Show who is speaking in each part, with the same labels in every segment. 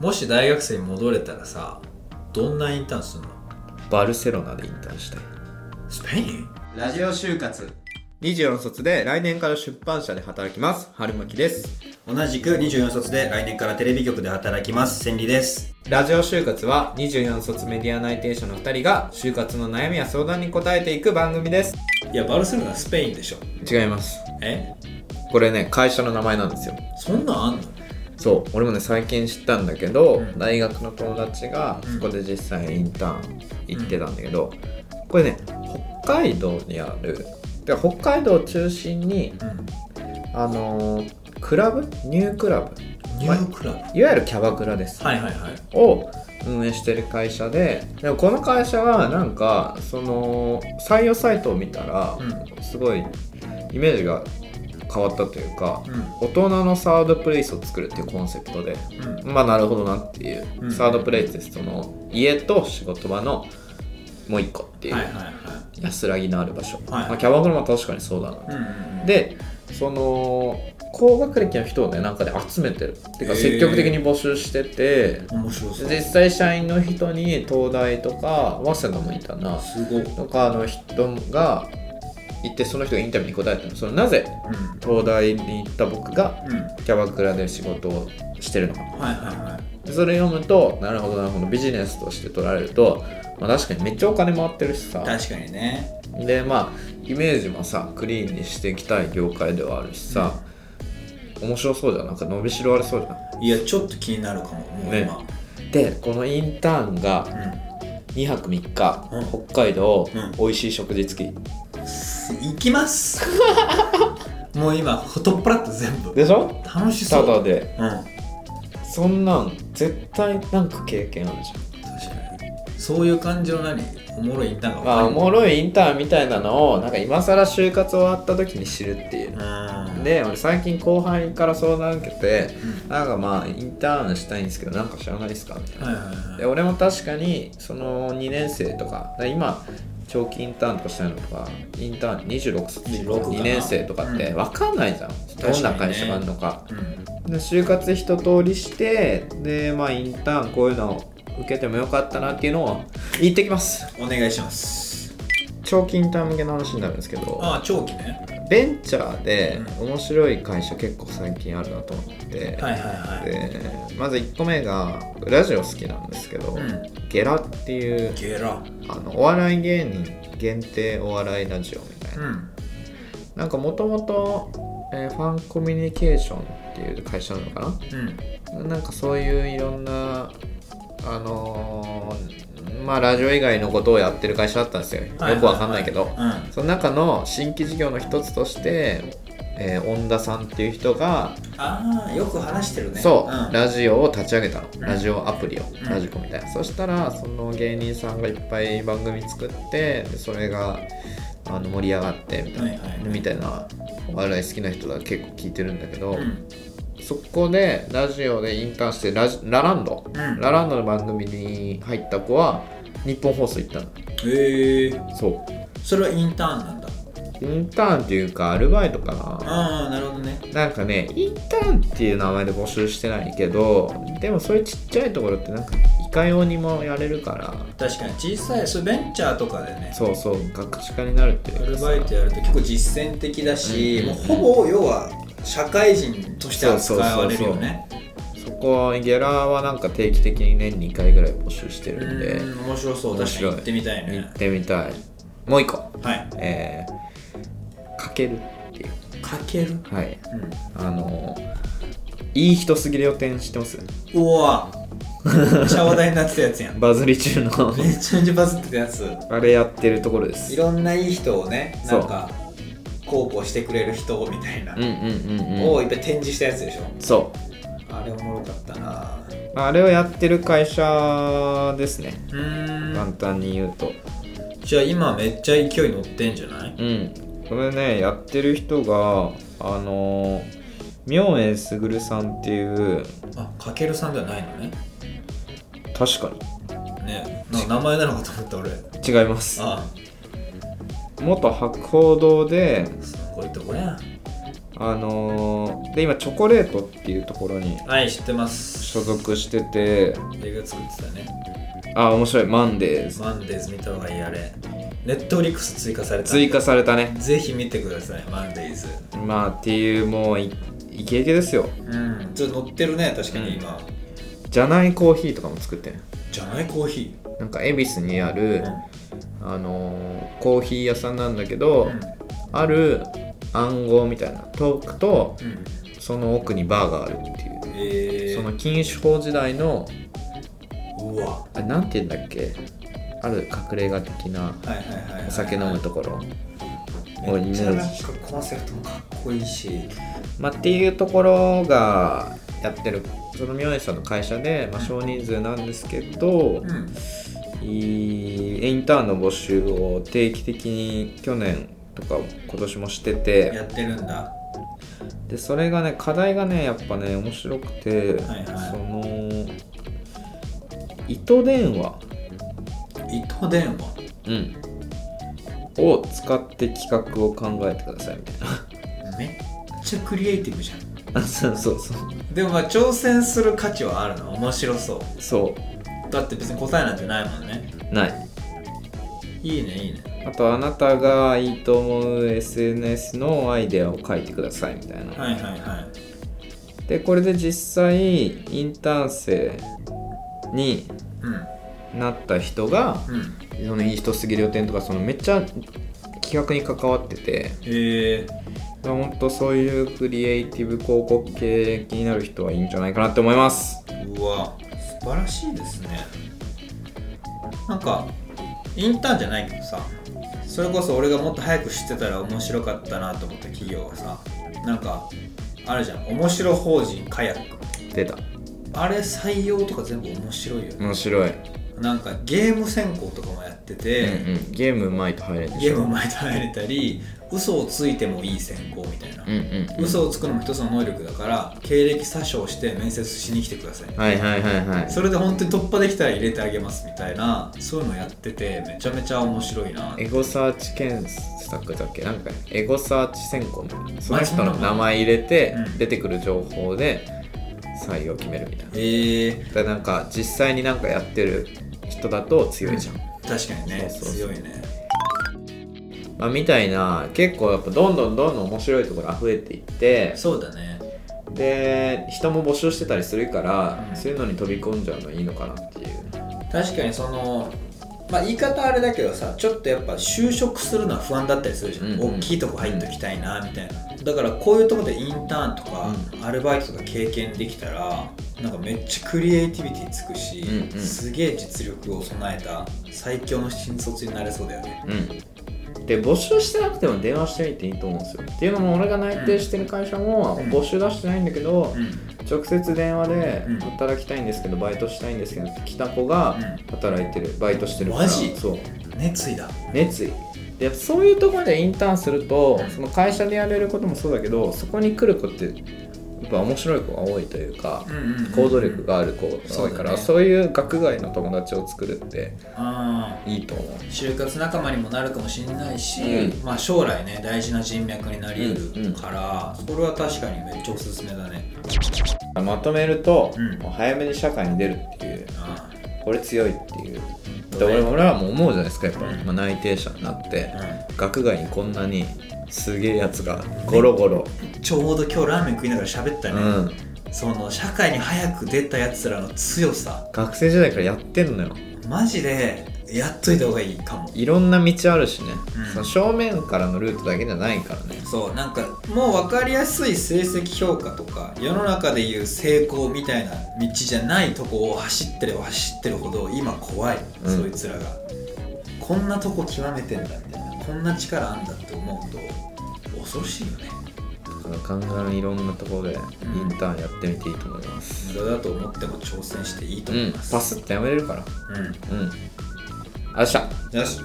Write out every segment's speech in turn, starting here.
Speaker 1: もし大学生に戻れたらさどんなインターンするの
Speaker 2: バルセロナでインターンしたい
Speaker 1: スペイン
Speaker 3: ラジオ就活
Speaker 2: 24卒で来年から出版社で働きます春巻です
Speaker 3: 同じく24卒で来年からテレビ局で働きます千里です
Speaker 2: ラジオ就活は24卒メディア内定者の2人が就活の悩みや相談に答えていく番組です
Speaker 1: いやバルセロナスペインでしょ
Speaker 2: 違います
Speaker 1: え
Speaker 2: これね会社の名前なんですよ
Speaker 1: そんなんあんの
Speaker 2: そう俺もね最近知ったんだけど、
Speaker 1: うん
Speaker 2: 大学の友達が
Speaker 1: うん
Speaker 2: そこで実際インターン行ってたんだけど、これね北海道にあるで北海道を中心に
Speaker 1: うん
Speaker 2: あのークラブニュークラブ
Speaker 1: ニュークラブ
Speaker 2: いわゆるキャバクラです、
Speaker 1: はいはいはい
Speaker 2: を運営してる会社ででもこの会社はなんかその採用サイトを見たら、
Speaker 1: う
Speaker 2: すごいイメージが変わったというか、
Speaker 1: う
Speaker 2: 大人のサードプレイスを作るっていうコンセプトで
Speaker 1: ん
Speaker 2: まあなるほどなっていう、
Speaker 1: うん
Speaker 2: サードプレイスですその家と仕事場のもう一個っていう、
Speaker 1: はいはいはい
Speaker 2: 安らぎのある場所、
Speaker 1: はい
Speaker 2: まあ、キャバクラも確かにそうだな、
Speaker 1: うんうん
Speaker 2: でその高学歴の人をねなんかで集めてるっていう
Speaker 1: へー
Speaker 2: か積極的に募集してて、
Speaker 1: 面白そう
Speaker 2: 実際社員の人に東大とか早稲田もいたな
Speaker 1: すごいうん
Speaker 2: とかの人が行ってその人がインタビューに答えたのそのなぜ東大に行った僕が
Speaker 1: うん
Speaker 2: キャバクラで仕事をしてるのか
Speaker 1: はいはいはい
Speaker 2: でそれ読むとなるほどなるほどビジネスとして取られると、まあ、確かにめっちゃお金回ってるしさ
Speaker 1: 確かにね
Speaker 2: でまあイメージもさクリーンにしていきたい業界ではあるしさ、面白そうじゃんなんか伸びしろありそうじゃん
Speaker 1: いやちょっと気になるかももう
Speaker 2: ね
Speaker 1: 今
Speaker 2: でこのインターンが2泊3日、
Speaker 1: うん
Speaker 2: 北海道、
Speaker 1: うん
Speaker 2: 美味しい食事付き
Speaker 1: うん行きますもう今取っ払った全部
Speaker 2: でしょ
Speaker 1: 楽しそ
Speaker 2: た
Speaker 1: う
Speaker 2: だで
Speaker 1: うん確
Speaker 2: そんなん絶対なんか経験あるじ
Speaker 1: かにそういう感じの何おもろいインターンが
Speaker 2: ゃんまあお
Speaker 1: 分か
Speaker 2: もろいインターンみたいなのをなんか今更就活終わった時に知るっていう
Speaker 1: るうん
Speaker 2: で俺最近後輩から相談受けて
Speaker 1: う
Speaker 2: なんかまあインターンしたいんですけどなんか知らないですかみたいな、
Speaker 1: はいはい
Speaker 2: で
Speaker 1: はい
Speaker 2: 俺も確かにその2年生とかだから今長期インターンとかしたいのとかインターン26卒
Speaker 1: 26かな
Speaker 2: 2年生とかって
Speaker 1: うん
Speaker 2: 分かんないじゃん、
Speaker 1: かにね
Speaker 2: どんな会社があるのか
Speaker 1: うん
Speaker 2: で就活一通りしてでまあインターンこういうのを受けてもよかったなっていうのを言ってきます
Speaker 1: お願いします
Speaker 2: 長期インターン向けの話になるんですけど
Speaker 1: ああ長期ね
Speaker 2: ベンチャーで面白い会社結構最近あるなと思って、
Speaker 1: はいはいはい
Speaker 2: でまず1個目がラジオ好きなんですけど、
Speaker 1: うん
Speaker 2: ゲラっていう
Speaker 1: ゲラ
Speaker 2: あのお笑い芸人限定お笑いラジオみたいな、
Speaker 1: うん
Speaker 2: なんかもともとファンコミュニケーションっていう会社なのか
Speaker 1: うん
Speaker 2: ななんかそういういろんなあのーまあラジオ以外のことをやってる会社だったんですよ、
Speaker 1: はいはいはい
Speaker 2: よくわかんないけど、
Speaker 1: うん
Speaker 2: その中の新規事業の一つとして、えー、恩田さんっていう人が、
Speaker 1: ああよく話してるね
Speaker 2: そう、
Speaker 1: ん
Speaker 2: ラジオを立ち上げたの、
Speaker 1: ん
Speaker 2: ラジオアプリを、
Speaker 1: ん
Speaker 2: ラジコみたいなそしたらその芸人さんがいっぱい番組作ってでそれがあの盛り上がってみたいな、
Speaker 1: はいはいはい
Speaker 2: みたいなお笑い好きな人が結構聞いてるんだけど、
Speaker 1: うん
Speaker 2: そこでラジオでインターンしてラジラランド、
Speaker 1: うん
Speaker 2: ラランドの番組に入った子は日本放送行ったの
Speaker 1: へえ
Speaker 2: そう
Speaker 1: それはインターンなんだ
Speaker 2: インターンっていうかアルバイトかな
Speaker 1: ああなるほどね
Speaker 2: なんかねインターンっていう名前で募集してないけどでもそういうちっちゃいところってなんかいかようにもやれるから
Speaker 1: 確かに小さいそうベンチャーとかでね
Speaker 2: そうそう学士化になるっていう
Speaker 1: ア
Speaker 2: か
Speaker 1: ルバイトやると結構実践的だし、
Speaker 2: うん
Speaker 1: もうほぼ要は社会人として扱われるよね
Speaker 2: そこはゲラはなんか定期的に年2回ぐらい募集してるんで
Speaker 1: うん面白そう確か
Speaker 2: 面
Speaker 1: に
Speaker 2: 白い
Speaker 1: 行ってみたい
Speaker 2: 行
Speaker 1: ね
Speaker 2: ってみたいもう一個
Speaker 1: はい
Speaker 2: えー、かけるっていう
Speaker 1: かける
Speaker 2: はい
Speaker 1: うん
Speaker 2: あのいい人すぎる予定知ってます
Speaker 1: うわめっちゃ話題になってたやつ やん
Speaker 2: バズり中の
Speaker 1: めっちゃめちゃバズってたやつ
Speaker 2: あれやってるところで
Speaker 1: い
Speaker 2: す
Speaker 1: ろんないい人をね
Speaker 2: そ
Speaker 1: な
Speaker 2: うん
Speaker 1: かこうこうしてくれる人みたいな
Speaker 2: うんうんうんうん
Speaker 1: をいっぱい展示したやつでしょ
Speaker 2: そう
Speaker 1: あれおもろかったな
Speaker 2: まああれをやってる会社ですね
Speaker 1: うー
Speaker 2: 簡
Speaker 1: ん
Speaker 2: 単に言うと
Speaker 1: じゃあ今めっちゃ勢い乗ってんじゃない
Speaker 2: うんこれねやってる人があのー明恵卓さんっていう
Speaker 1: あかけるさんじゃないのね
Speaker 2: 確か
Speaker 1: ねなんか名前なのかと思った俺
Speaker 2: に違います
Speaker 1: あ
Speaker 2: 元博報堂です
Speaker 1: ごいとこやん
Speaker 2: あのーで今チョコレートっていうところに
Speaker 1: はい知ってます
Speaker 2: 所属してて
Speaker 1: 映画作ってたね
Speaker 2: あ面白いマンデーズ
Speaker 1: マンデーズ見た方がいいあれネットフリックス追加された
Speaker 2: 追加されたね
Speaker 1: ぜひ見てくださいマンデーズ
Speaker 2: まあっていうもういイケイケですよ
Speaker 1: うんちょっと乗ってるね確かに今、
Speaker 2: じゃないコーヒーとかも作ってん
Speaker 1: じゃないコーヒ
Speaker 2: なんか恵比寿にある、
Speaker 1: ー
Speaker 2: あのーコーヒー屋さんなんだけど、
Speaker 1: うん
Speaker 2: ある暗号みたいなトークと
Speaker 1: うん
Speaker 2: その奥にバーがあるっていう
Speaker 1: え
Speaker 2: その禁酒法時代の
Speaker 1: ー、うわは
Speaker 2: あれなんて言うんだっけある隠れ家的ない
Speaker 1: はいはいはい、
Speaker 2: お酒飲むところをイメ
Speaker 1: めっちゃ
Speaker 2: ー
Speaker 1: なん
Speaker 2: ジ
Speaker 1: かコンセプトもかっこいいし
Speaker 2: まあ、っていうところがやってるその明恵さんの会社で、まあ、少人数なんですけど、
Speaker 1: ん
Speaker 2: いいインターンの募集を定期的に去年とか今年もしてて
Speaker 1: やってるんだ
Speaker 2: でそれがね課題がねやっぱね面白くて、
Speaker 1: はいはい
Speaker 2: その糸電話、
Speaker 1: 糸電話
Speaker 2: うん、を使って企画を考えてくださいみたいな
Speaker 1: めっちゃクリエイティブじゃん
Speaker 2: あ そうそうそう
Speaker 1: でもまあ挑戦する価値はあるの面白そ
Speaker 2: そう
Speaker 1: だって別に答えなんてないもんね
Speaker 2: うない
Speaker 1: いいねいいね
Speaker 2: あとあなたがいいと思う SNS のアイデアを書いてくださいみたいな、
Speaker 1: はいはいはい
Speaker 2: でこれで実際インターン生に
Speaker 1: う
Speaker 2: なった人が
Speaker 1: んうん
Speaker 2: そのいい人すぎる予定とかそのめっちゃ企画に関わってて
Speaker 1: へえ
Speaker 2: ほんとそういうクリエイティブ広告系気になる人はいいんじゃないかなって思います
Speaker 1: うわ素晴らしいですねなんかインターンじゃないけどさそれこそ俺がもっと早く知ってたら面白かったなと思った企業がさなんかあるじゃん面白法人カヤック
Speaker 2: 出た
Speaker 1: あれ採用とか全部面白いよね
Speaker 2: 面白い、
Speaker 1: なんかゲーム専攻とかもやってて、
Speaker 2: うんうん、ゲームうまいと入れるでし
Speaker 1: ゲ
Speaker 2: ょ
Speaker 1: ーム前と入れたり嘘をついてもいい選考みたいな、
Speaker 2: うんうん、うん、
Speaker 1: 嘘をつくのも一つの能力だから経歴詐称して面接しに来てください、
Speaker 2: はいはいはいはい
Speaker 1: それで本当に突破できたら入れてあげますみたいなそういうのやっててめちゃめちゃ面白いな
Speaker 2: エゴサーチ検索だっけなんかエゴサーチ選考みたいなその人
Speaker 1: まあ
Speaker 2: の
Speaker 1: そんな
Speaker 2: 名
Speaker 1: もん
Speaker 2: 前入れて
Speaker 1: うん
Speaker 2: 出てくる情報で採用決めるみたいな、
Speaker 1: ええ
Speaker 2: だからなんか実際になんかやってる人だと強いじゃん、
Speaker 1: 確かにね
Speaker 2: そうそうそう
Speaker 1: 強いね
Speaker 2: まあ、みたいな結構やっぱどんどんどんどん面白いところ溢れていって
Speaker 1: そうだね
Speaker 2: で人も募集してたりするから、
Speaker 1: うん
Speaker 2: そういうのに飛び込んじゃうのいいのかなっていう
Speaker 1: 確かにそのまあ言い方あれだけどさちょっとやっぱ就職するのは不安だったりするじゃん、
Speaker 2: うんうん
Speaker 1: 大きいとこ入っときたいなみたいなだからこういうとこでインターンとかアルバイトとか経験できたらなんかめっちゃクリエイティビティつくし、
Speaker 2: うんうん
Speaker 1: すげえ実力を備えた最強の新卒になれそうだよね
Speaker 2: うんで募集してなくても電話してみていいと思うんですよっていうのも俺が内定してる会社も
Speaker 1: うん
Speaker 2: 募集出してないんだけど、
Speaker 1: うん
Speaker 2: 直接電話で
Speaker 1: うん
Speaker 2: 働きたいんですけど、バイトしたいんですけどって来た子が
Speaker 1: う
Speaker 2: 働いてるバイトしてるから
Speaker 1: マジ
Speaker 2: そう
Speaker 1: 熱意だ
Speaker 2: 熱意でそういうところでインターンすると
Speaker 1: うん
Speaker 2: その会社でやれることもそうだけどそこに来る子ってやっぱ面白い子が多いというか、行動力がある子が多いから、
Speaker 1: うん
Speaker 2: そういう学外の友達を作るって
Speaker 1: あ
Speaker 2: いいと思う
Speaker 1: ー就活仲間にもなるかもしれないし、
Speaker 2: う
Speaker 1: まあ将来ね大事な人脈になり得
Speaker 2: うんうん
Speaker 1: るから、それは確かにめっちゃおすすめだね
Speaker 2: まとめると、
Speaker 1: うん
Speaker 2: もう早めに社会に出るっていう
Speaker 1: あ
Speaker 2: これ強いっていう
Speaker 1: 当
Speaker 2: で
Speaker 1: ね
Speaker 2: 俺俺はもう思うじゃないですかやっぱ、
Speaker 1: うん
Speaker 2: まあ、内定者になって、
Speaker 1: ーうん
Speaker 2: 学外にこんなにすげえやつがゴロゴロ、
Speaker 1: ちょうど今日ラーメン食いながら喋った
Speaker 2: う
Speaker 1: ね、
Speaker 2: ん、
Speaker 1: その社会に早く出たやつらの強さ
Speaker 2: 学生時代からやってんのよ
Speaker 1: マジでやっといた方がいいかも
Speaker 2: いろんな道あるしね、
Speaker 1: うん
Speaker 2: その正面からのルートだけじゃないからね
Speaker 1: そうなんかもう分かりやすい成績評価とか世の中でいう成功みたいな道じゃないとこを走ってれば走ってるほど今怖い、
Speaker 2: うん
Speaker 1: そいつらがこんなとこ極めてんだみたいなこんな力あんだって思うと恐ろしいよね
Speaker 2: だからガンガンいろんなところでインターンやってみていいと思います
Speaker 1: 無駄だと思っても挑戦していいと
Speaker 2: う
Speaker 1: 思い
Speaker 2: ん
Speaker 1: ま
Speaker 2: パ
Speaker 1: す、
Speaker 2: スってやめれるから
Speaker 1: うん
Speaker 2: うんあっしゃ
Speaker 1: よし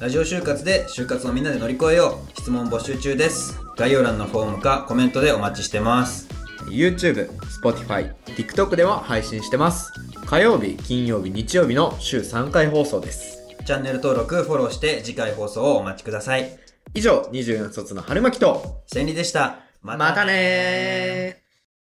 Speaker 1: ラジオ就活で就活をみんなで乗り越えよう質問募集中です概要欄のフォームかコメントでお待ちしてます
Speaker 2: YouTube、Spotify、TikTok では配信してます火曜日、金曜日、日曜日の週3回放送です
Speaker 1: チャンネル登録フォローして次回放送をお待ちください
Speaker 2: 以上、24卒の春巻きと
Speaker 1: 千里でした
Speaker 2: またねー